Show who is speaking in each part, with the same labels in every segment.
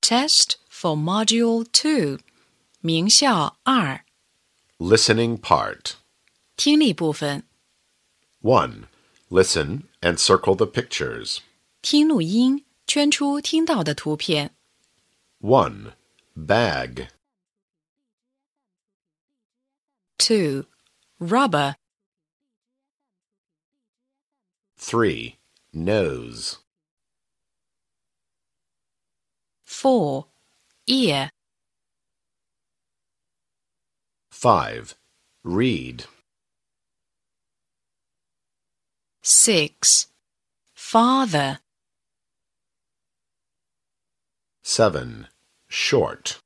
Speaker 1: test for Module 2, 名校二
Speaker 2: Listening part.
Speaker 1: 听力部分，
Speaker 2: 1. Listen and circle the pictures.
Speaker 1: 听录音，圈出听到的图片。
Speaker 2: 1. Bag.
Speaker 1: 2. Rubber.
Speaker 2: 3. Nose.
Speaker 1: 4. Ear.
Speaker 2: 5. Read.
Speaker 1: 6. Father.
Speaker 2: 7. Short.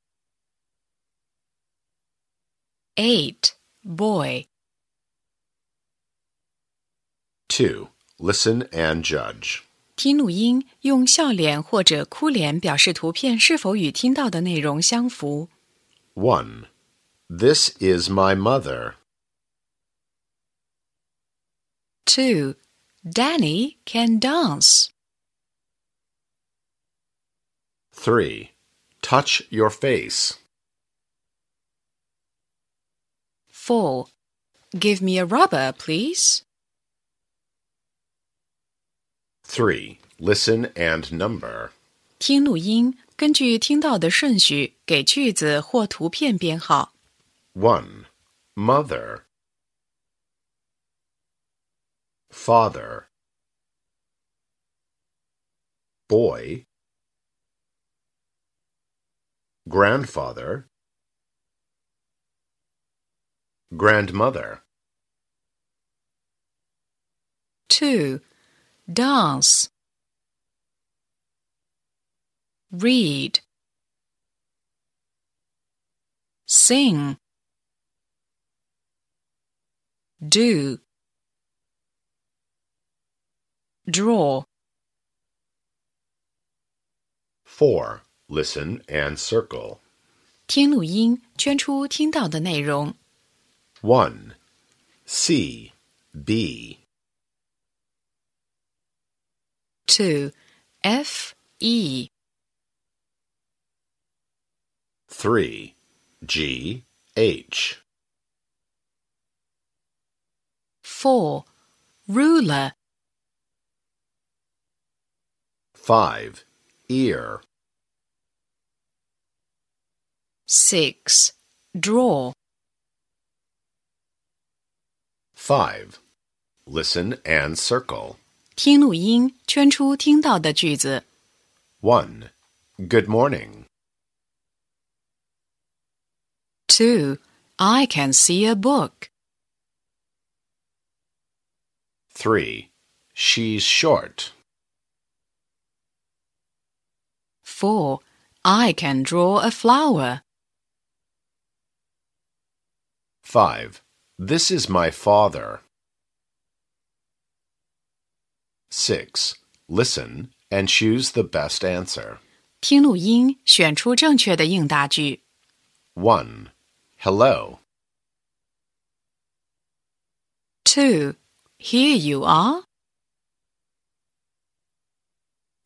Speaker 1: 8. Boy.
Speaker 2: 2. Listen and judge.
Speaker 1: 听录音，用笑脸或者哭脸表示图片是否与听到的内容相符。
Speaker 2: 1. This is my mother.
Speaker 1: 2. Danny can dance.
Speaker 2: 3. Touch your face.
Speaker 1: 4. Give me a rubber, please.
Speaker 2: 3. Listen and number.
Speaker 1: 听录音，根据听到的顺序给句子或图片编号。
Speaker 2: 1. Mother. Father. Boy. Grandfather. Grandmother.
Speaker 1: 2. Dance. Read. Sing. Do. Draw.
Speaker 2: 4. Listen and circle.
Speaker 1: 听录音，圈出听到的内容。
Speaker 2: 1. C. B.
Speaker 1: 2. F. E.
Speaker 2: 3. G. H.
Speaker 1: 4. Ruler.
Speaker 2: 5. Ear.
Speaker 1: 6. Draw.
Speaker 2: 5. Listen and circle.
Speaker 1: 听录音，圈出听到的句子。
Speaker 2: 1. Good morning.
Speaker 1: 2. I can see a book.
Speaker 2: 3. She's short.
Speaker 1: 4. I can draw a flower.
Speaker 2: 5. This is my father. 6. Listen and choose the best answer.
Speaker 1: 听录音，选出正确的应答句。
Speaker 2: 1. Hello.
Speaker 1: 2. Here you are.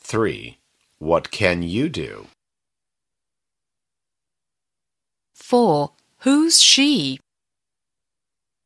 Speaker 2: 3. What can you do?
Speaker 1: 4. Who's she?